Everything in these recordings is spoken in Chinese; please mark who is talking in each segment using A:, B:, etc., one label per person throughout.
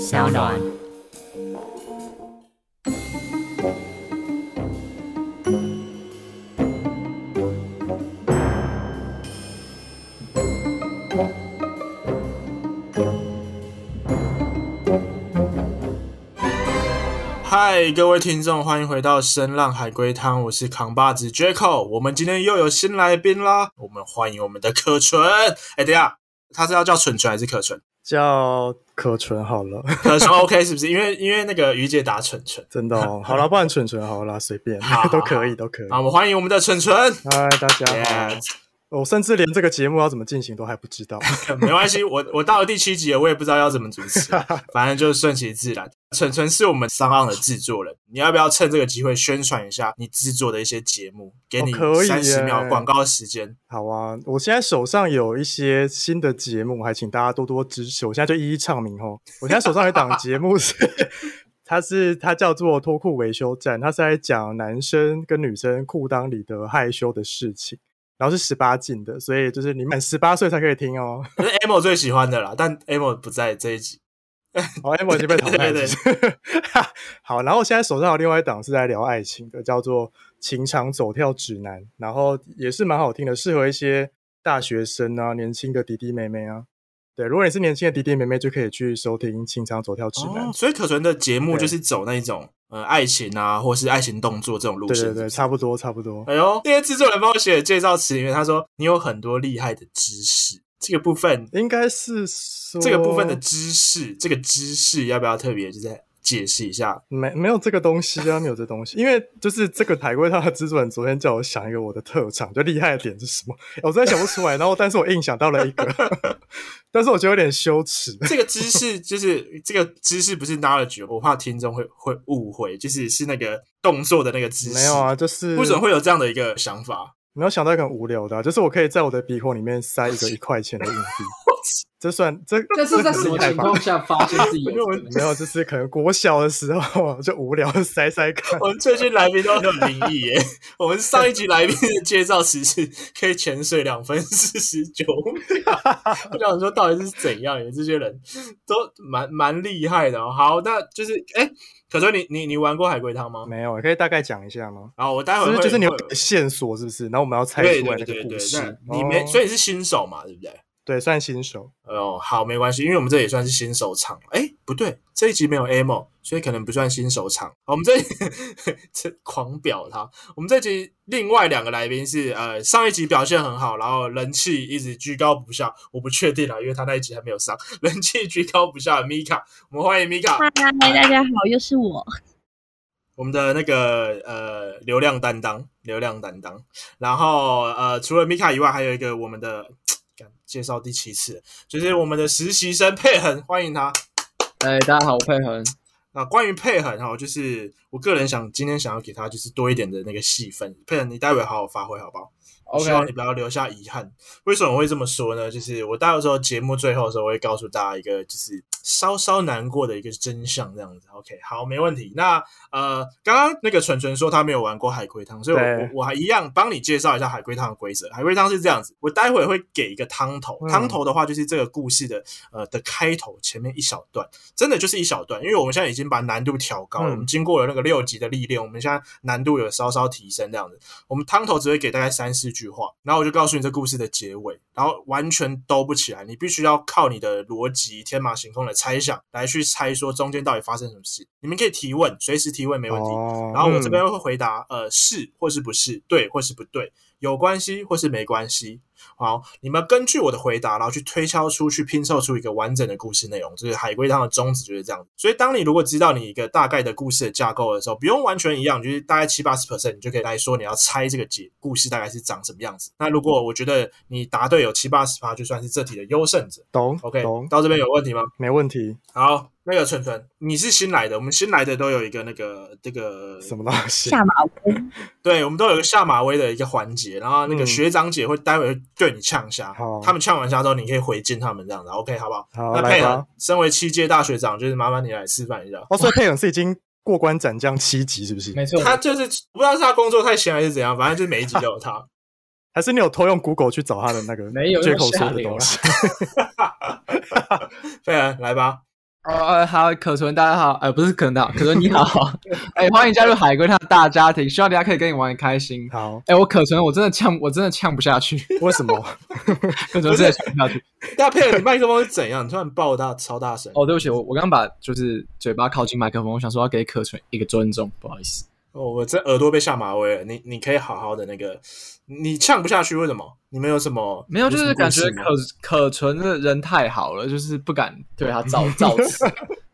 A: 小暖。
B: 嗨，各位听众，欢迎回到声浪海龟汤，我是扛把子 Jaco。我们今天又有新来宾啦，我们欢迎我们的可纯。哎，等一下，他是要叫纯纯还是可纯？
C: 叫可纯好了，
B: 可纯 OK 是不是？因为因为那个于姐打纯纯。
C: 真的 哦。好了，不然纯纯好了，随便
B: 好
C: 都可以，都可以。
B: 啊，我们欢迎我们的纯纯。
C: 嗨，大家好
B: Yeah，。
C: 我甚至连这个节目要怎么进行都还不知道。
B: 没关系，我我到了第七集了，我也不知道要怎么主持了，反正就顺其自然。纯纯是我们商岸的制作人，你要不要趁这个机会宣传一下你制作的一些节目？给你
C: 哦可以
B: 三十
C: 耶
B: 秒广告时间。
C: 好啊，我现在手上有一些新的节目，还请大家多多支持。我现在就一一唱名哦。我现在手上有一档节 目是，它是它叫做《脱裤维修站》，它是在讲男生跟女生裤裆里的害羞的事情，然后是十八禁的，所以就是你满十八岁才可以听哦。
B: 可是 Amo 最喜欢的啦，但 Amo 不在这一集。
C: 好 m 哦已经被淘汰
B: 对对
C: 了。是不是 好，然后现在手上有另外一档是在聊爱情的，叫做《情场走跳指南》，然后也是蛮好听的，适合一些大学生啊、年轻的弟弟妹妹啊。对，如果你是年轻的弟弟妹妹，就可以去收听《情场走跳指南》
B: 哦，所以可纯的节目
C: 对
B: 就是走那一种呃爱情啊，或是爱情动作这种路
C: 对
B: 线。
C: 对对，差不多差不多。
B: 哎呦，那些制作人帮我写的介绍词里面，他说你有很多厉害的知识，这个部分
C: 应该是说
B: 这个部分
C: 哦
B: 的知识，这个知识要不要特别就是解释一下？
C: 没没有这个东西啊，没有这东西，因为就是这个台规，它的制作人昨天叫我想一个我的特长，就厉害的点是什么，我真的想不出来，然后但是我硬想到了一个， 但是我觉得有点羞耻，
B: 这个知 识就是这个知识不是 knowledge，我怕听众会会误会，就是是那个动作的那个知识。
C: 没有，啊，就是
B: 为什么会有这样的一个想法？
C: 没有想到一个很无聊的啊、就是我可以在我的鼻孔里面塞一个一块钱的 硬币，这算这
D: 但是在
C: 可
D: 什
C: 能
D: 么
C: 厉害
D: 情
C: 吧
D: 况下发现自己有这个
C: 没有，就是可能国小的时候啊就无聊塞塞看，
B: 我们最近来宾都很灵异耶。我们上一集来宾的介绍词是可以潜水两分四十九秒，我想说到底是怎样？你这些人都蛮蛮厉害的、哦。好，那就是哎、可是你你你玩过海龟汤吗？
C: 没有，可以大概讲一下吗？
B: 好，我待会儿
C: 是不
B: 会
C: 是就是你有
B: 会
C: 给线索是不是？然后我们要猜
B: 对
C: 出来
B: 对
C: 那
B: 对
C: 个
B: 对
C: 故，
B: 那
C: 事，哦
B: 你没，所
C: 以
B: 以是新手嘛，对不对？
C: 对算新手。
B: 哦，好，没关系，因为我们这也算是新手场。哎，不对，这一集没有 AMO，所以可能不算新手场。好我们这这 狂表他，我们这集另外两个来宾是呃上一集表现很好，然后人气一直居高不下，我不确定啊，因为他那一集还没有上， 人气居高不下的 Mika，我们欢迎 Mika，
E: 嗨，大家好，又是我。
B: 我们的那个呃流量担当，流量担当。然后呃除了 Mika 以外，还有一个我们的干介绍第七次了，就是我们的实习生佩恒，欢迎他。
D: 哎，大家好，我佩恒。
B: 啊，关于佩恒哈，就是我个人想今天想要给他就是多一点的那个戏份。佩恒，你待会好好发挥好不好
D: OK，
B: 希望你不要留下遗憾。为什么我会这么说呢？就是我到时候节目最后的时候，我会告诉大家一个就是稍稍难过的一个真相，这样子。OK，好，没问题。那呃，刚刚那个纯纯说他没有玩过海龟汤，所以我
C: 对
B: 我我还一样帮你介绍一下海龟汤的规则。海龟汤是这样子，我待会会给一个汤头，
C: 嗯
B: 汤头的话就是这个故事的呃的开头前面一小段。真的就是一小段，因为我们现在已经把难度调高了，
C: 嗯
B: 我们经过了那个六级的历练，我们现在难度有稍稍提升这样子。我们汤头只会给大概三四句话，然后我就告诉你这故事的结尾，然后完全兜不起来，你必须要靠你的逻辑、天马行空的猜想来去猜说中间到底发生什么事。你们可以提问，随时提问没问题。
C: 哦
B: 然后我这
C: 嗯
B: 边会回答，呃，是或是不是，对或是不对，有关系或是没关系。好，你们根据我的回答，然后去推敲出去拼凑出一个完整的故事内容，就是海龟汤的宗旨就是这样。所以，当你如果知道你一个大概的故事的架构的时候，不用完全一样，就是大概七八十 percent，你就可以来说你要猜这个解故事大概是长什么样子。那如果我觉得你答对有七八十趴，就算是这题的优胜者。
C: 懂
B: OK，
C: 懂，
B: 到这边有问题吗？
C: 没问题。
B: 好，那个纯纯，你是新来的，我们新来的都有一个那个这个
C: 什么东西？
E: 下马威，
B: 对，我们都有一个下马威的一个环节，然后那个
C: 嗯
B: 学长姐会待会对你呛虾，
C: 好
B: 他们呛完虾之后，你可以回敬他们这样子，OK，好不好？
C: 好，
B: 那
C: 来
B: 佩
C: 吧
B: 恒。， 身为七届大学长，就是麻烦你来示范一下。
C: 哦，所以佩影是已经过关斩将七级，是不是？
D: 没错，
B: 他就是不知道是他工作太闲还是怎样，反正就是每一集都有 他。
C: 还是你有偷用 Google 去找他的那 个
D: 没有
C: 借口
D: 用下
C: 说的
D: 流
C: 东
D: 啦
C: 西？
B: 佩恒，来吧，
D: 哦，呃，好，可纯，大家好，呃，不是可纯，大家好，可纯你 好，哎、欢迎加入海龟汤大家庭，希望大家可以跟你玩的开心。
C: 好，
D: 哎、我可纯，我真的呛，我真的呛不下 去，
C: 为什么？
D: 可纯真的呛不下去。
B: 大佩，你麦克风是怎样？你突然爆大超大声
D: 哦，对不起，我我刚把就是嘴巴靠近麦克风，我想说要给可纯一个尊重，不好意思。
B: 哦，我这耳朵被下马威了。你你可以好好的那个，你呛不下去，为什么？你们有什么？
D: 没有，就
B: 什么
D: 是感
B: 故事
D: 觉
B: 吗
D: 可可纯的人太好了，就是不敢对他造造 次。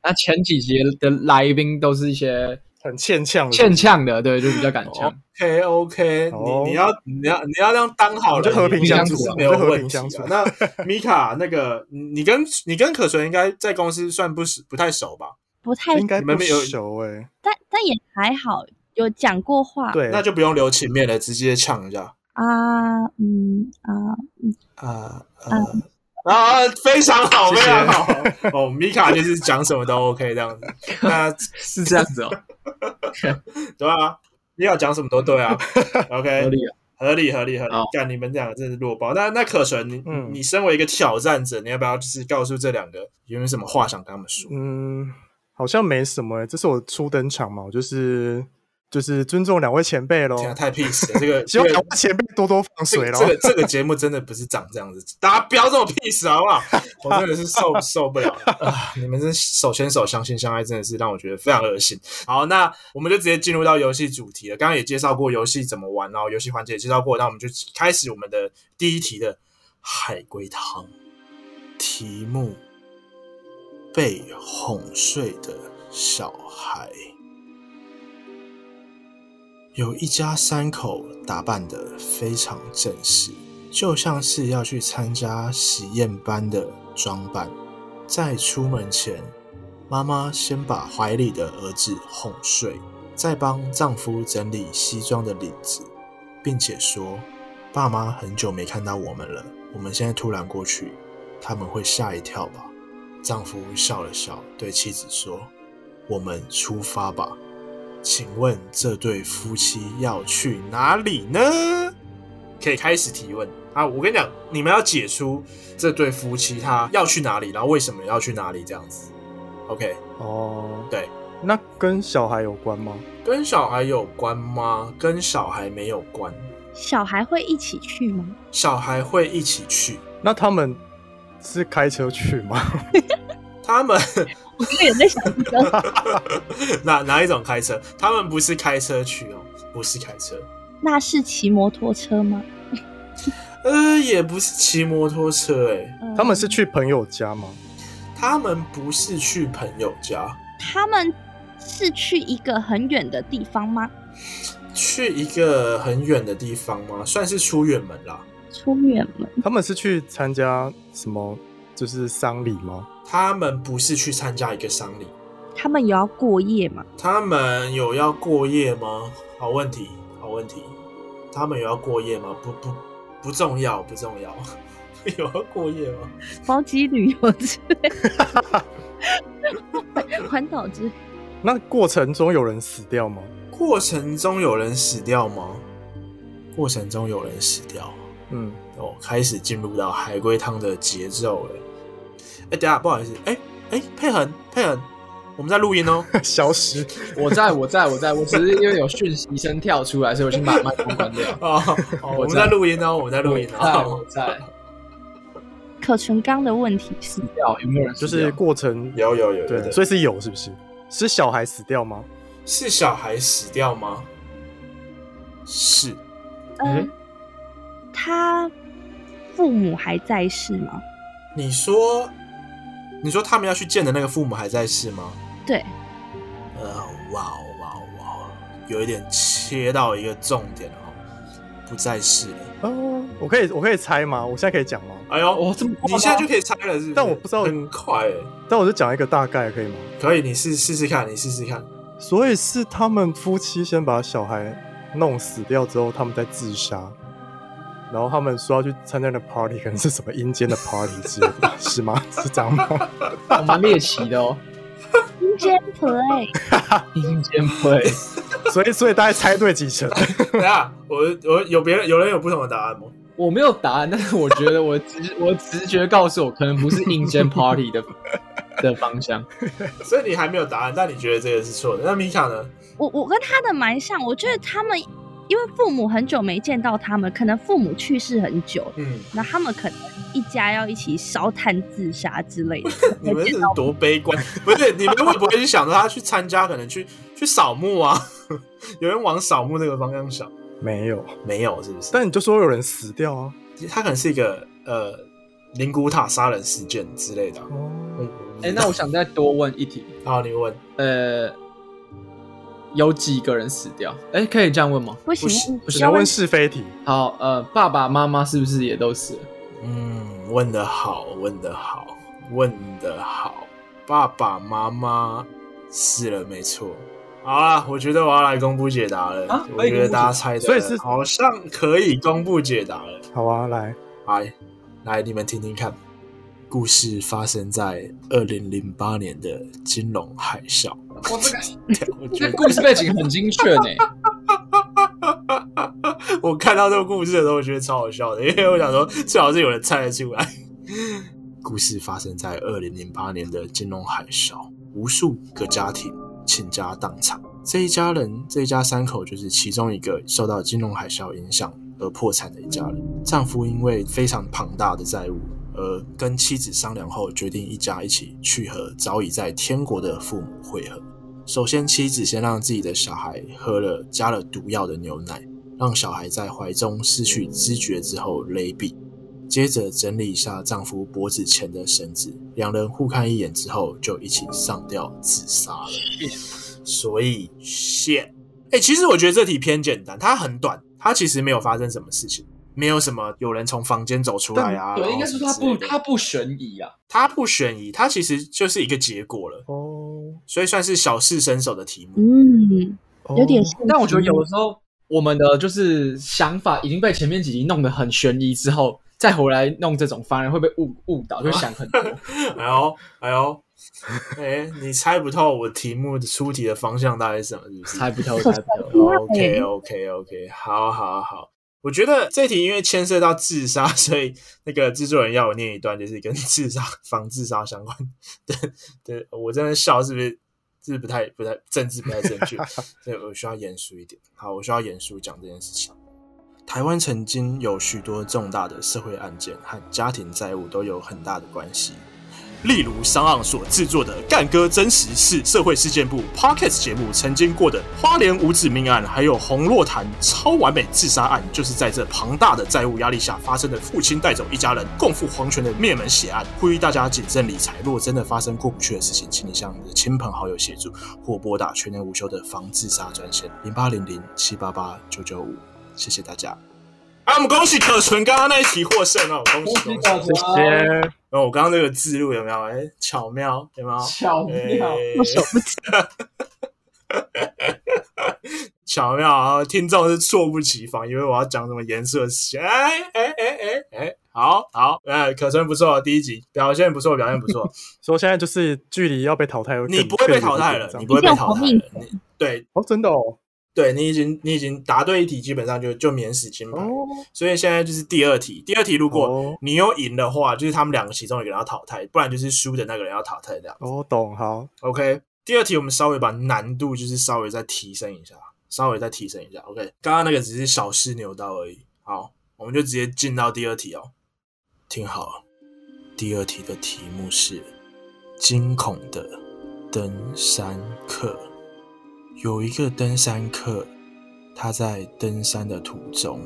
D: 那前几集的来宾都是一些
C: 很欠呛的，
D: 欠呛的，对，就比较敢呛。
B: OK OK，
C: 哦
B: 你你要你要你要这样当好人，
C: 我们就和平
B: 你
D: 相处
B: 是
D: 啊
B: 没有
C: 我们就和
B: 问
C: 平
B: 题
C: 相处
B: 啊。 那米卡那个，你你跟你跟可纯应该在公司算不是不太熟吧？
E: 不太，
C: 应该
B: 你们
C: 不
B: 没有
C: 熟哎、
E: 但但也还好，有讲过话。
C: 对，
B: 啊那就不用留情面了，直接呛一下
E: 啊，嗯啊，
D: 呃
B: 啊啊啊！非常好，
D: 谢
B: 非
D: 谢
B: 常好。哦，米卡就是讲什么都 OK 这样子，那
D: 是这样子哦，
B: 对啊，米卡讲什么都对 啊。
D: 合
B: OK，
D: 理啊。
B: 合理合理合理
D: 好，
B: 干你们两个真是弱爆。那那可纯，你、
C: 嗯
B: 你身为一个挑战者，你要不要就是告诉这两个有没有什么话想跟他们说？
C: 嗯，好像没什么、欸，这是我初登场嘛，我就是就是尊重两位前辈喽，
B: 天啊，太 peace 了，这个
C: 哦 希
B: 这
C: 望
B: 个
C: 两位前辈多多放
B: 这
C: 水
B: 个
C: 喽。
B: 这个这个节目真的不是长这样子，大家不要这么 peace 好不 好？我真的是受受不了啊！你们这手牵手、相亲相爱，真的是让我觉得非常恶心。好，那我们就直接进入到游戏主题了。刚刚也介绍过游戏怎么玩，然后游戏环节也介绍过，那我们就开始我们的第一题的海龟汤。题目：被哄睡的小孩。有一家三口打扮得非常正式，就像是要去参加喜宴般的装扮。在出门前，妈妈先把怀里的儿子哄睡，再帮丈夫整理西装的领子，并且说：“爸妈很久没看到我们了，我们现在突然过去，他们会吓一跳吧？”丈夫笑了笑，对妻子说：“我们出发吧。”请问这对夫妻要去哪里呢？可以开始提问啊！我跟你讲，你们要解出这对夫妻他要去哪里，然后为什么要去哪里这样子。OK，
C: 哦，
B: 对，
C: 那跟小孩有关吗？
B: 跟小孩有关吗？跟小孩没有关，
E: 小孩会一起去吗？
B: 小孩会一起去。
C: 那他们是开车去吗？
B: 他们
E: 我刚刚有在想 这个，
B: 哪哪一种开车？他们不是开车去哦，不是开车，
E: 那是骑摩托车吗？
B: 呃，也不是骑摩托车、欸，诶，
E: 呃
C: 他们是去朋友家吗？
B: 他们不是去朋友家，
E: 他们是去一个很远的地方吗？
B: 去一个很远的地方吗？算是出远门啦。
E: 出远门，
C: 他们是去参加什么？就是丧礼吗？
B: 他们不是去参加一个丧礼，
E: 他们有要过夜吗？
B: 他们有要过夜吗？好问题，好问题。他们有要过夜吗？不不不重要，不重要。 有要过夜吗？
E: 包机旅游之类的， 环岛之
C: 那过程中有人死掉吗？
B: 过程中有人死掉吗？过程中有人死掉。
C: 嗯，
B: 哦，开始进入到海龟汤的节奏了。哎、等一下，不好意思，哎、哎、佩恒，佩恒，我们在录音 哦。
C: 消失。
D: 我在我在我在，我只是因为有讯息声跳出来，所以我先把麦克风关 掉。
B: 哦，哦我们在录音哦，我们在录音
D: 在
B: 哦
D: 我。在，
E: 可纯刚的问题是
D: 死掉有没有人
C: 就
D: 死掉？
C: 是过程
B: 有有有
C: 对，
B: 对，所
C: 所
B: 以
C: 以是有是不是？是小孩死掉吗？
B: 是小孩死掉吗？是，
E: 嗯，他父母还在世吗？
B: 你说，你说他们要去见的那个父母还在世吗？
E: 对，
B: 呃，哇哦哇哦哇哦，有一点切到一个重点哦，不在世了。
C: 哦，我可以我可以猜吗？我现在可以讲吗？
B: 哎呦，
D: 哇，这么
B: 你现在就可以猜了，是不是？
C: 但我不知道
B: 很快欸耶，
C: 但我就讲一个大概可以吗？
B: 可以，你试试试看，你试试看。
C: 所以是他们夫妻先把小孩弄死掉之后，他们再自杀，然后他们说要去参加的 party，可能是什么阴间的 party 之类的，是吗？是这样吗？
D: 以蛮猎奇的 哦。
E: 阴间 play
D: 阴间会
C: 所以所以大概猜对几成？
B: 等一下，我我有别人有人有不同的答案吗？
D: 我 没有答案，但是我觉得我直我直觉告诉我，可能不是阴间 party 的的方向。
B: 所以你还没有答案，但你觉得这个是错的。那米卡呢？
E: 我我跟他的蛮像，我觉得他们因为父母很久没见到他们，可能父母去世很久，
B: 嗯，
E: 那他们可能一家要一起烧炭自杀之类的。
B: 你们是多悲 观，不是？你们会不会去想着他去参加，可能去去扫墓啊？ 有人往扫墓那个方向想？
C: 没有，
B: 没有，是不是？
C: 但你就说有人死掉啊。
B: 他可能是一个呃灵骨塔杀人事件之类的啊。
C: 哦，
B: 嗯
D: 哎、那我想再多问一题，
B: 好，你问
D: 呃，有几个人死掉？哎、可以这样问吗？
E: 不
B: 不行
E: 行，
C: 只
E: 要
C: 能问是非题。
D: 好，呃，爸爸妈妈是不是也都死了？
B: 嗯，问的好，问的好，问的好。爸爸妈妈是了，没错。好啦，我觉得我要来公布解答了。
D: 啊
B: 我觉得大家猜的，
C: 所以是
B: 好像可以公布解答了。
C: 好啊，来，
B: 来，来，你们听听看。故事发生在二零零八年的金融海啸。
D: 我这个
B: 我觉
D: 这
B: 得
D: 故事背景很精确呢。
B: 我看到这个故事的时候，我觉得超好笑的，因为我想说，最好是有人猜得出来。故事发生在二零零八年的金融海啸，无数个家庭倾家荡产。这一家人，这一家三口就是其中一个受到金融海啸影响而破产的一家人。丈夫因为非常庞大的债务，而跟妻子商量后，决定一家一起去和早已在天国的父母会合。首先，妻子先让自己的小孩喝了加了毒药的牛奶，让小孩在怀中失去知觉之后勒毙。接着整理一下丈夫脖子前的绳子，两人互看一眼之后，就一起上吊自杀了。所以，shit，哎、欸其实我觉得这题偏简单，它很短，它其实没有发生什么事情，没有什么有人从房间走出来啊。
D: 对，
B: 然后
D: 应该是说他
B: 什么
D: 不
B: 之类的
D: 他不悬疑啊。
B: 它不悬疑，它其实就是一个结果了，
C: 哦，
B: 所以算是小试身手的题目。
E: 嗯，
C: 哦
E: 有点像。
D: 但我觉得有的时候我们的就是想法已经被前面几集弄得很悬疑之后，再回来弄这种，反而会被误误导，就想 很多。
B: 哎呦，哎呦，哎、你猜不透我题目的出题的方向大概是什么，是不是？
D: 猜不透，猜不透。
B: OK OK OK，好好好，我觉得这题因为牵涉到自杀，所以那个制作人要我念一段，就是跟自杀、防自杀相关的。对，我真的笑是不是？是不是不太不太政治不太正确，所以我需要严肃一点。好，我需要严肃讲这件事情。台湾曾经有许多重大的社会案件和家庭债务都有很大的关系，例如商岸所制作的《干哥真实是社会事件簿》Podcast 节目曾经过的花莲五指命案，还有红洛潭超完美自杀案，就是在这庞大的债务压力下发生的父亲带走一家人共赴黄泉的灭门血案。呼吁大家谨慎理财，若真的发生过不去的事情，请你向你的亲朋好友协助，或拨打全年无休的防自杀专线零八零零七八八九九五。谢谢大家。啊，我们恭喜可纯刚刚那一题获胜哦，恭喜恭喜！
C: 谢谢。
B: 然哦后我刚刚那个字录有没有？哎、巧妙有没有？
D: 巧妙。
B: 哎
E: 我手不及，
B: 巧妙啊！听众是猝不及防，以为我要讲什么严肃的事情。哎哎哎哎哎，好好，哎，可真不错，第一集表现不错，表现不 错。
C: 所以现在就是距离要被淘汰会更，
B: 你不会被淘汰了，
C: 更
B: 你
C: 远
B: 不会被淘汰
E: 一定
B: 了。你对
C: 哦，真的哦，
B: 对，你已经你已经答对一题，基本上就就免死金牌。
C: 哦，
B: 所以现在就是第二题，第二题如果
C: 哦
B: 你又赢的话，就是他们两个其中一个人要淘汰，不然就是输的那个人要淘汰这样。
C: 哦，懂好，
B: OK，第二题我们稍微把难度就是稍微再提升一下，稍微再提升一下。OK，刚刚那个只是小试牛刀而已。好，我们就直接进到第二题哦。听好了，第二题的题目是惊恐的登山客。有一个登山客，他在登山的途中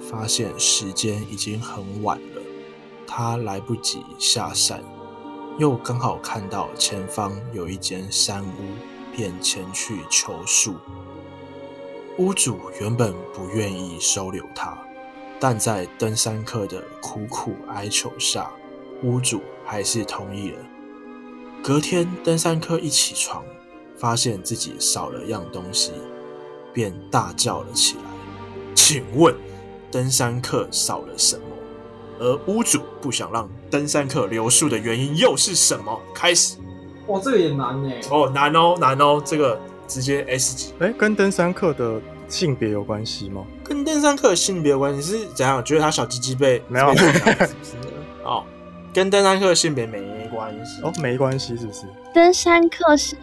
B: 发现时间已经很晚了，他来不及下山，又刚好看到前方有一间山屋，便前去求宿。屋主原本不愿意收留他，但在登山客的苦苦哀求下，屋主还是同意了。隔天，登山客一起床，发现自己少了样东西，便大叫了起来。请问，登山客少了什么？而屋主不想让登山客留宿的原因又是什么？开始
D: 哇，这个也难呢。
B: 哦，难哦，难哦，这个直接 S 级。
C: 哎，跟登山客的性别有关系吗？
B: 跟登山客的性别有关系是怎样？觉得他小鸡鸡被
C: 没有
B: 被打是不是哦，跟登山客的性别没关系。
C: 哦，没关系，是不是？
E: 登山客是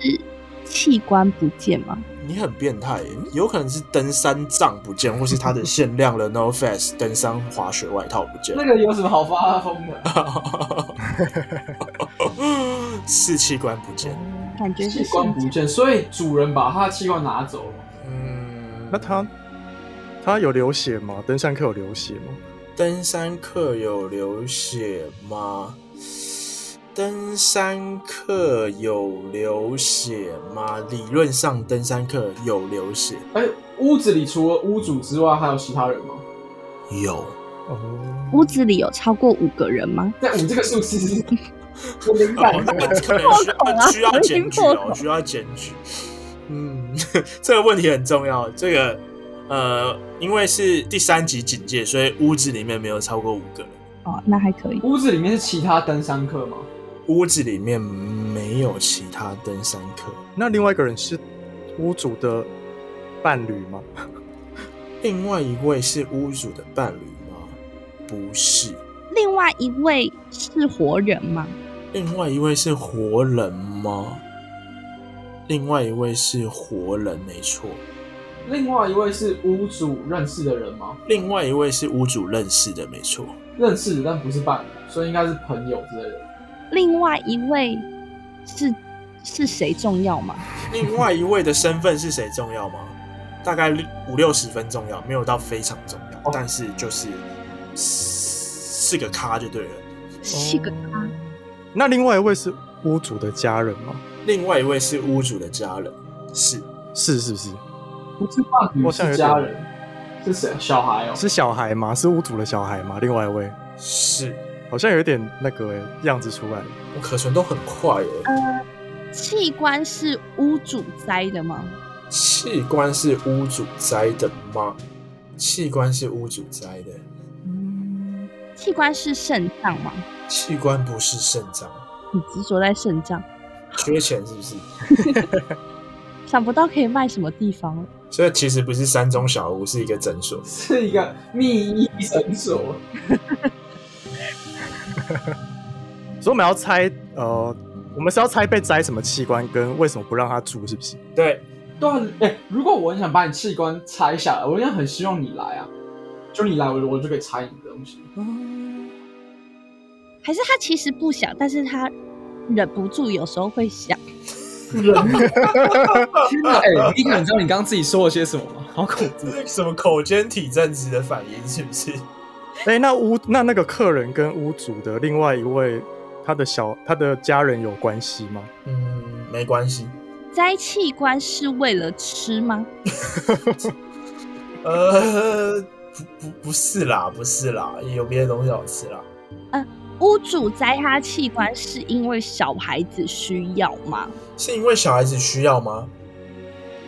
E: 器官不见吗？
B: 你很变态耶，有可能是登山杖不见，或是它的限量的 No Face 登山滑雪外套不见
D: 那，个有什么好发疯的？
C: 嗯
B: 是器官不见。
E: 感觉是
D: 器官不 见，所以主人把他的器官拿走了。
B: 嗯，
C: 那他他有流血吗？登山客有流血吗？
B: 登山客有流血吗？登山客有流血吗？理论上，登山客有流血，
D: 哎，屋子里除了屋主之外，还有其他人 吗？
B: 有。
C: 哦，
E: 屋子里有超过五个人吗？
D: 但五这个数字是，我明白
B: 哦，那个可能需
E: 破口啊
B: 要需要检举
E: 破
B: 哦
E: 口，
B: 需要检举。嗯， 这个问题很重要。这个呃，因为是第三级警戒，所以屋子里面没有超过五个人，
E: 哦，那还可以。
D: 屋子里面是其他登山客吗？
B: 屋子里面没有其他登山客。
C: 那另外一个人是屋主的伴侣吗？
B: 另外一位是屋主的伴侣吗？不是。
E: 另外一位是活人吗？
B: 另外一位是活人吗？另外一位是活人，没错。
D: 另外一位是屋主认识的人吗？
B: 另外一位是屋主认识的，没错。
D: 认识的，但不是伴侣，所以应该是朋友之类的。
E: 另外一位是是谁重要吗？
B: 另外一位的身份是谁重要吗？ 大概六五六十分重要，没有到非常重要，但是就是是个咖就对了。
E: 是个
C: 哦那另外一位是屋主的家人吗？
B: 另外一位是屋主的家人，是
C: 是是不是？
D: 不是伴侣，
C: 我想
D: 是
C: 有点
D: 家人，是谁？小孩哦、
C: 是小孩吗？是屋主的小孩吗？另外一位
B: 是，
C: 好像有点那个、欸、样子出来了。
B: 我可传都很快耶。
E: 器官是屋主摘的吗？
B: 器官是屋主摘的吗？器官是屋主摘的，
E: 器官是肾脏吗？
B: 器官不是肾脏，
E: 你执着在肾脏，
B: 缺钱是不是？
E: 想不到可以卖什么地方了。
B: 所以其实不是山中小屋，是一个诊所。
D: 是一个秘医诊所。
C: 所以我们要猜，呃，我们是要猜被摘什么器官，跟为什么不让他住，是不是？
B: 对，
D: 对啊，哎、如果我很想把你器官拆下来，我应该很希望你来啊。就你来，我我就可以拆你的东西。
E: 还是他其实不想，但是他忍不住，有时候会想。
D: 天哪！哎、欸，你你知道你刚刚自己说了些什么吗？好恐怖！
B: 这是什么口尖体正直的反应是不是？
C: 哎、那屋那那个客人跟屋主的另外一位，他的小他的家人有关系吗？
B: 嗯，没关系。
E: 摘器官是为了吃吗？
B: 呃，不不不是啦，不是啦，有别的东西好吃啦。
E: 屋主摘他器官是因为小孩子需要吗？
B: 是因为小孩子需要吗？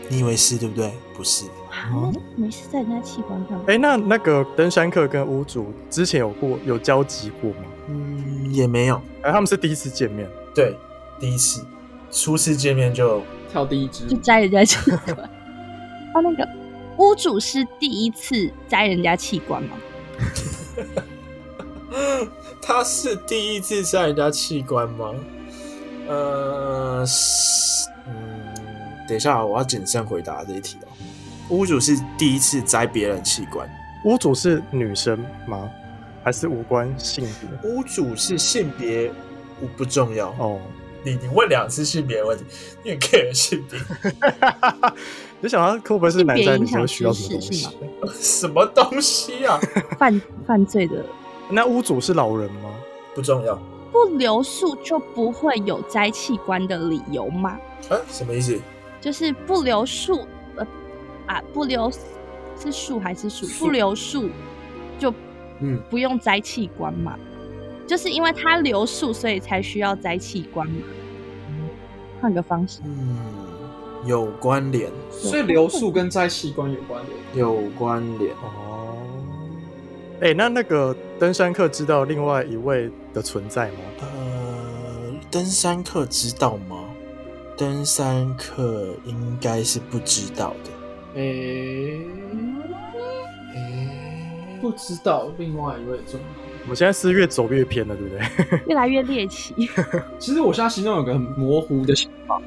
B: 你以为是对不对？不是，
E: 啊，那没事在人家器官上。
C: 哎、那那个登山客跟屋主之前有过有交集过吗？
B: 嗯，也没有。
C: 哎、他们是第一次见面，
B: 对，第一次，初次见面就
D: 跳第一支
E: 就摘人家器官。 哦，那个屋主是第一次摘人家器官 吗？
B: 他是第一次摘人家器官吗？呃，是嗯，等一下，我要谨慎回答这一题哦。屋主是第一次摘别人器官，
C: 屋主是女生吗？还是无关性别？
B: 屋主是性别不不重要哦。
C: 哦，
B: 你你问两次性别问题，你很 care 性别
C: 就想他会不会是
E: 性
C: 男
E: 别
C: 生
E: 影
C: 女生
E: 响
C: 需要
E: 知
C: 什么东
E: 识啊是
B: 什么东
C: 西
E: 吗？
B: 西啊？
E: 犯犯罪的
C: 那屋主是老人吗？
B: 不重要。
E: 不留宿就不会有摘器官的理由吗？
B: 啊，什么意思？
E: 就是不留宿，呃啊，不留是宿还是宿？
B: 宿
E: 不留宿就
B: 嗯，
E: 不用摘器官嘛？就是因为他留宿，所以才需要摘器官嘛？嗯换个方式，
B: 嗯，有关联，
D: 所以流速跟摘器官有关联。
B: 有关联。
C: 哦，哎、那那个登山客知道另外一位的存在吗？
B: 呃，登山客知道吗？登山客应该是不知道的。
D: 诶、不知道另外一位重要。
C: 我们现在是越走越偏了，对不对？
E: 越来越猎奇。
D: 其实我现在心中有个很模糊的想法，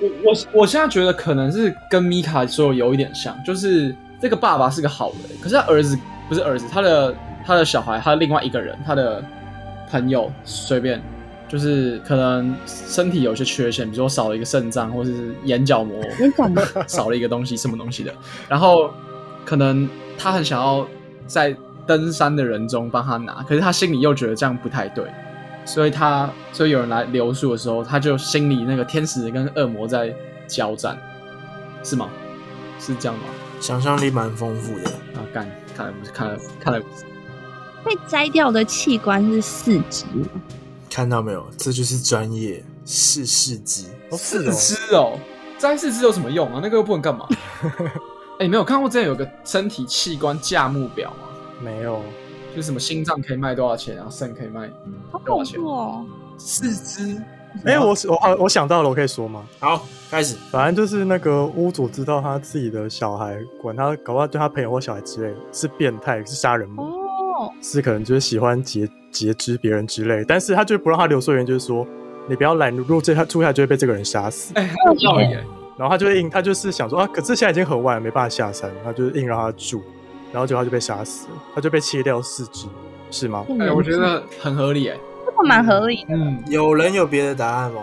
D: 我我我现在觉得可能是跟米卡说的有一点像，就是这个爸爸是个好人，可是他儿子不是儿子，他的他的小孩，他的另外一个人，他的朋友随便。就是可能身体有些缺陷，比如说少了一个肾脏，或是眼角膜
E: 眼角膜
D: 少了一个东西，什么东西的。然后可能他很想要在登山的人中帮他拿，可是他心里又觉得这样不太对，所以他所以有人来留宿的时候，他就心里那个天使跟恶魔在交战，是吗？是这样吗？
B: 想象力蛮丰富的。
D: 啊，干，看来不是，看来看来不是。
E: 被摘掉的器官是四肢，
B: 看到没有，这就是专业试试机。
C: 哦，是
D: 四
C: 哦，
D: 肢哦，摘四肢有什么用啊？那个又不能干 嘛？哎、你没有看过之前有个身体器官价目表吗？
C: 没有，
D: 就是什么心脏可以卖多少钱啊，肾可以卖
E: 好
D: 多
E: 恐
D: 少钱？
E: 怖哦！
D: 四肢，
C: 哎、我我啊我想到了，我可以说吗？
B: 好，开始。
C: 反正就是那个屋主知道他自己的小孩，管他搞不好对他朋友或小孩之类的，是变态，是杀人魔。
E: 哦，
C: 是可能就是喜欢截截肢别人之类，但是他就不让他留宿的原因就是说，你不要来，如果这他住下来就会被这个人杀死。
D: 哎、还有道理耶、
C: 然后他就硬，他就是想说啊，可是现在已经很晚了，没办法下山，他就硬让他住，然后结果他就被杀死了，他就被切掉四肢，是吗？
E: 哎
D: 哎、我觉得很合理哎、
E: 这个蛮合理的。
D: 嗯，
B: 有人有别的答案吗？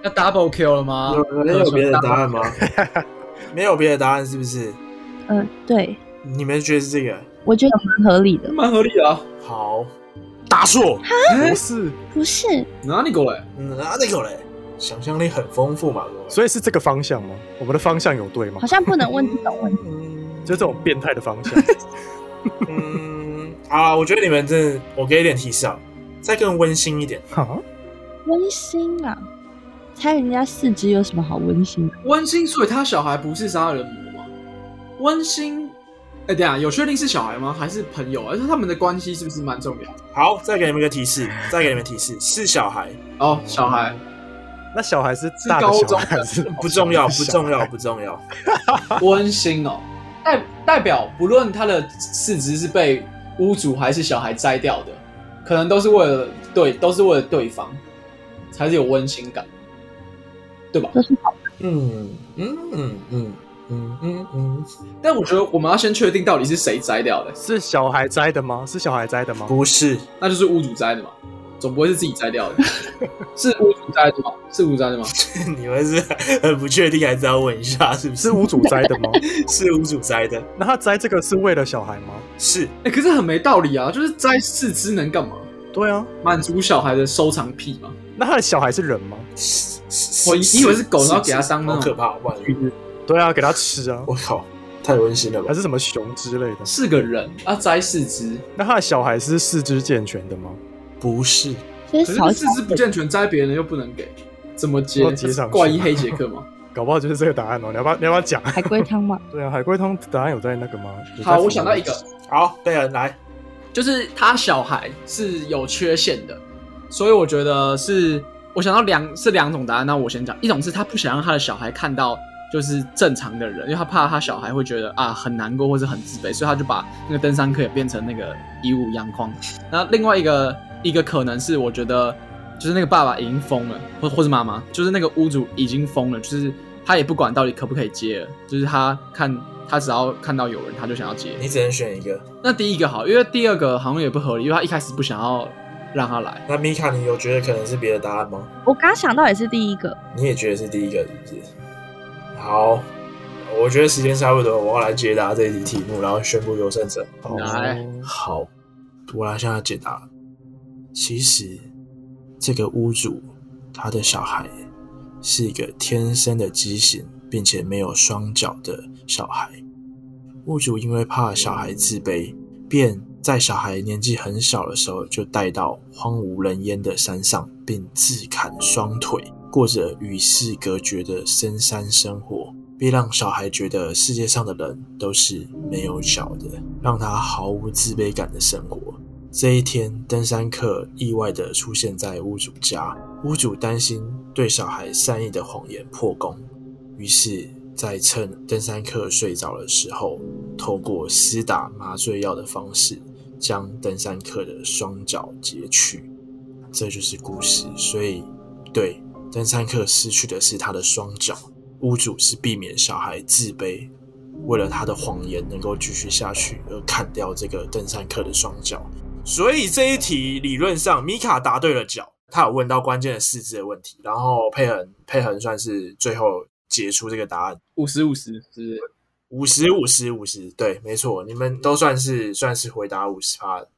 D: 要 double kill 了吗？
B: 有人有别的答案吗？没有别的答案是不是？
E: 嗯、对，
B: 你们觉得是这个？
E: 我觉得蛮合理的。
D: 蛮合理的啊。
B: 好，大硕，
E: 嗯
C: 不是，
E: 不是，
D: 哪里过来？
B: 嗯，啊那个嘞，想象力很丰富嘛，各位
C: 所以是这个方向吗？我们的方向有对吗
E: 好？像不能问这种问题。
B: 嗯
C: 就这种变态的方 向，
B: 嗯，好啦，我觉得你们真的，我给一点提示啊，再更温馨一点。
C: 哈，
E: 温馨啊，猜人家四肢有什么好温馨的？
D: 温馨，所以他小孩不是杀人魔吗？温馨，哎、等一下有确定是小孩吗？还是朋友啊？而且他们的关系是不是蛮重要？
B: 好，再给你们一个提示，再给你们提示， 是小孩，
D: 哦，小孩，
C: 那小孩是大的
D: 是高
C: 小
D: 中的
C: 孩还是
B: 不重
D: 哦
B: 要，不重
C: 小
B: 要，
C: 孩
B: 不重要。
D: 温馨哦，代代表不论他的市值是被屋主还是小孩摘掉的，可能都是为了对，都是为了对方，才是有温馨感，对吧？
E: 都是好
B: 嗯嗯嗯嗯嗯嗯嗯，
D: 但我觉得我们要先确定到底是谁摘掉的，
C: 是小孩摘的吗？是小孩摘的吗？
B: 不是，
D: 那就是屋主摘的嘛，总不会是自己摘掉 的，是屋主摘的吗？是屋主摘的吗？
B: 你们是 很不确定，还是要问一下，是不是
C: 是屋主摘的吗？
B: 是无主摘的？
C: 那他摘这个是为了小孩吗？
B: 是
D: 哎、可是很没道理啊！就是摘四肢能干嘛？
C: 对啊，
D: 满足小孩的收藏癖嘛？
C: 那他的小孩是人吗？
B: 是，
D: 我以以为是狗然后给它当那
B: 好
D: 种
B: 可怕，哇！
C: 对啊，给他吃 啊，
B: 我靠，太温馨了吧
C: 还？是什么熊之类的？
D: 是个人啊，摘四肢，
C: 那他的小孩是四肢健全的吗？
B: 不是，
E: 所以
D: 可
E: 少
D: 是
E: 小
D: 四肢不健全，摘别人又不能给，怎么接
C: 要接上？去
D: 怪医黑杰克 吗？
C: 搞不好就是这个答案哦。你要不要你要不要讲？
E: 海龟汤嘛，
C: 对啊，海龟汤答案有在那个吗？有在
D: 好，
C: 附
D: 我
C: 吗
D: 想到一个，
B: 好，贝尔来，
D: 就是他小孩是有缺陷的，所以我觉得是我想到两是两种答案。那我先讲，一种是他不想让他的小孩看到就是正常的人，因为他怕他小孩会觉得啊很难过或者很自卑，所以他就把那个登山客也变成那个以武扬光。那另外一个一个可能是我觉得就是那个爸爸已经疯了，或或是妈妈，就是那个屋主已经疯了，就是他也不管到底可不可以接了，就是他看他只要看到有人他就想要接。
B: 你只能选一个。
D: 那第一个好，因为第二个好像也不合理，因为他一开始不想要让他来。
B: 那米卡，你有觉得可能是别的答案吗？
E: 我刚想到也是第一个，
B: 你也觉得是第一个，是不是？好，我觉得时间差不多，我要来解答这一题题目，然后宣布有胜者。
C: 好
D: 来
B: 好，我来向他解答。其实，这个屋主他的小孩是一个天生的畸形，并且没有双脚的小孩。屋主因为怕小孩自卑，便在小孩年纪很小的时候就带到荒无人烟的山上，并自砍双腿，过着与世隔绝的深山生活，并让小孩觉得世界上的人都是没有脚的，让他毫无自卑感的生活。这一天，登山客意外地出现在屋主家，屋主担心对小孩善意的谎言破功，于是，在趁登山客睡着的时候，透过施打麻醉药的方式，将登山客的双脚截去。这就是故事。所以，对登山客失去的是他的双脚。屋主是避免小孩自卑，为了他的谎言能够继续下去而砍掉这个登山客的双脚。所以这一题理论上，米卡答对了脚，他有问到关键的四肢的问题，然后佩恒佩恒算是最后解出这个答案，
D: 五十五十是不是？
B: 五十五十五十，对，没错，你们都算是算是回答五十趴的。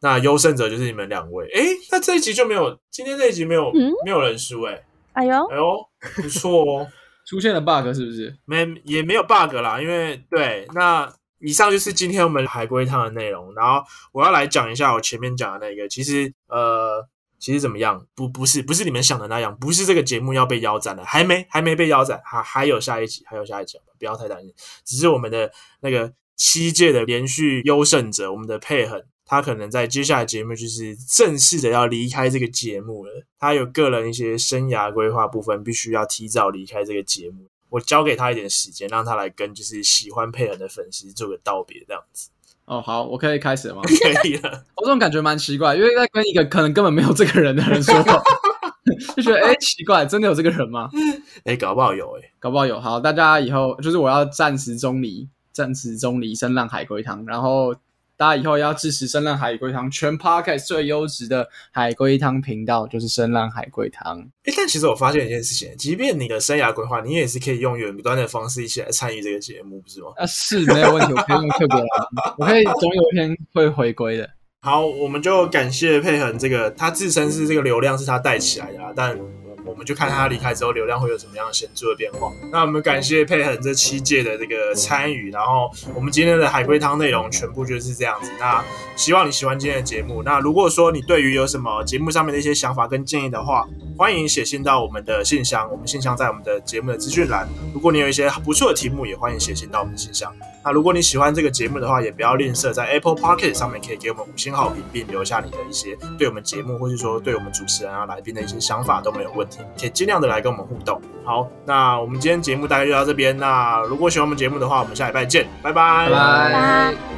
B: 那优胜者就是你们两位，诶，那这一集就没有，今天这一集没有、
E: 嗯
B: 没有人输、诶，
E: 哎呦，
B: 哎呦，不错哦。
D: 出现了 bug 是不是？
B: 没也没有 bug 啦，因为对，那以上就是今天我们海龟汤的内容。然后我要来讲一下我前面讲的那个，其实呃，其实怎么样？不不是不是你们想的那样，不是这个节目要被腰斩了，还没还没被腰斩，还还有下一集，还有下一集，不要太担心。只是我们的那个七届的连续优胜者，我们的佩恒，他可能在接下来节目就是正式的要离开这个节目了。他有个人一些生涯规划部分，必须要提早离开这个节目。我交给他一点时间，让他来跟就是喜欢佩恒的粉丝做个道别，这样子
D: 哦，好，我可以开始了吗？
B: 可以了。
D: 我这种感觉蛮奇怪，因为在跟一个可能根本没有这个人的人说话， 就觉得哎、诶奇怪，真的有这个人吗？
B: 哎、搞不好有哎、
D: 搞不好有。好，大家以后就是我要暂时中离，暂时中离声浪海龟汤，然后大家以后要支持声浪海龟汤，全 podcast 最优质的海龟汤频道就是声浪海龟汤。
B: 哎、但其实我发现一件事情，即便你的生涯规划，你也是可以用远端的方式一起来参与这个节目，不是吗？
D: 啊，是没有问题，我可以用特别来，我可以总有一天会回归的。
B: 好，我们就感谢佩恒这个，他自身是这个流量是他带起来的啦，但我们就看他离开之后流量会有什么样的显著的变化。那我们感谢佩恒这七届的这个参与，然后我们今天的海龟汤内容全部就是这样子。那希望你喜欢今天的节目。那如果说你对于有什么节目上面的一些想法跟建议的话，欢迎写信到我们的信箱，我们信箱在我们的节目的资讯栏。如果你有一些不错的题目，也欢迎写信到我们的信箱。那如果你喜欢这个节目的话，也不要吝啬在 Apple p o c k e t 上面可以给我们五星好评，并留下你的一些对我们节目或是说对我们主持人啊来宾的一些想法都没有问题，可以尽量的来跟我们互动。好，那我们今天节目大概就到这边。那如果喜欢我们节目的话，我们下礼拜见，拜拜
D: 拜拜。
E: 拜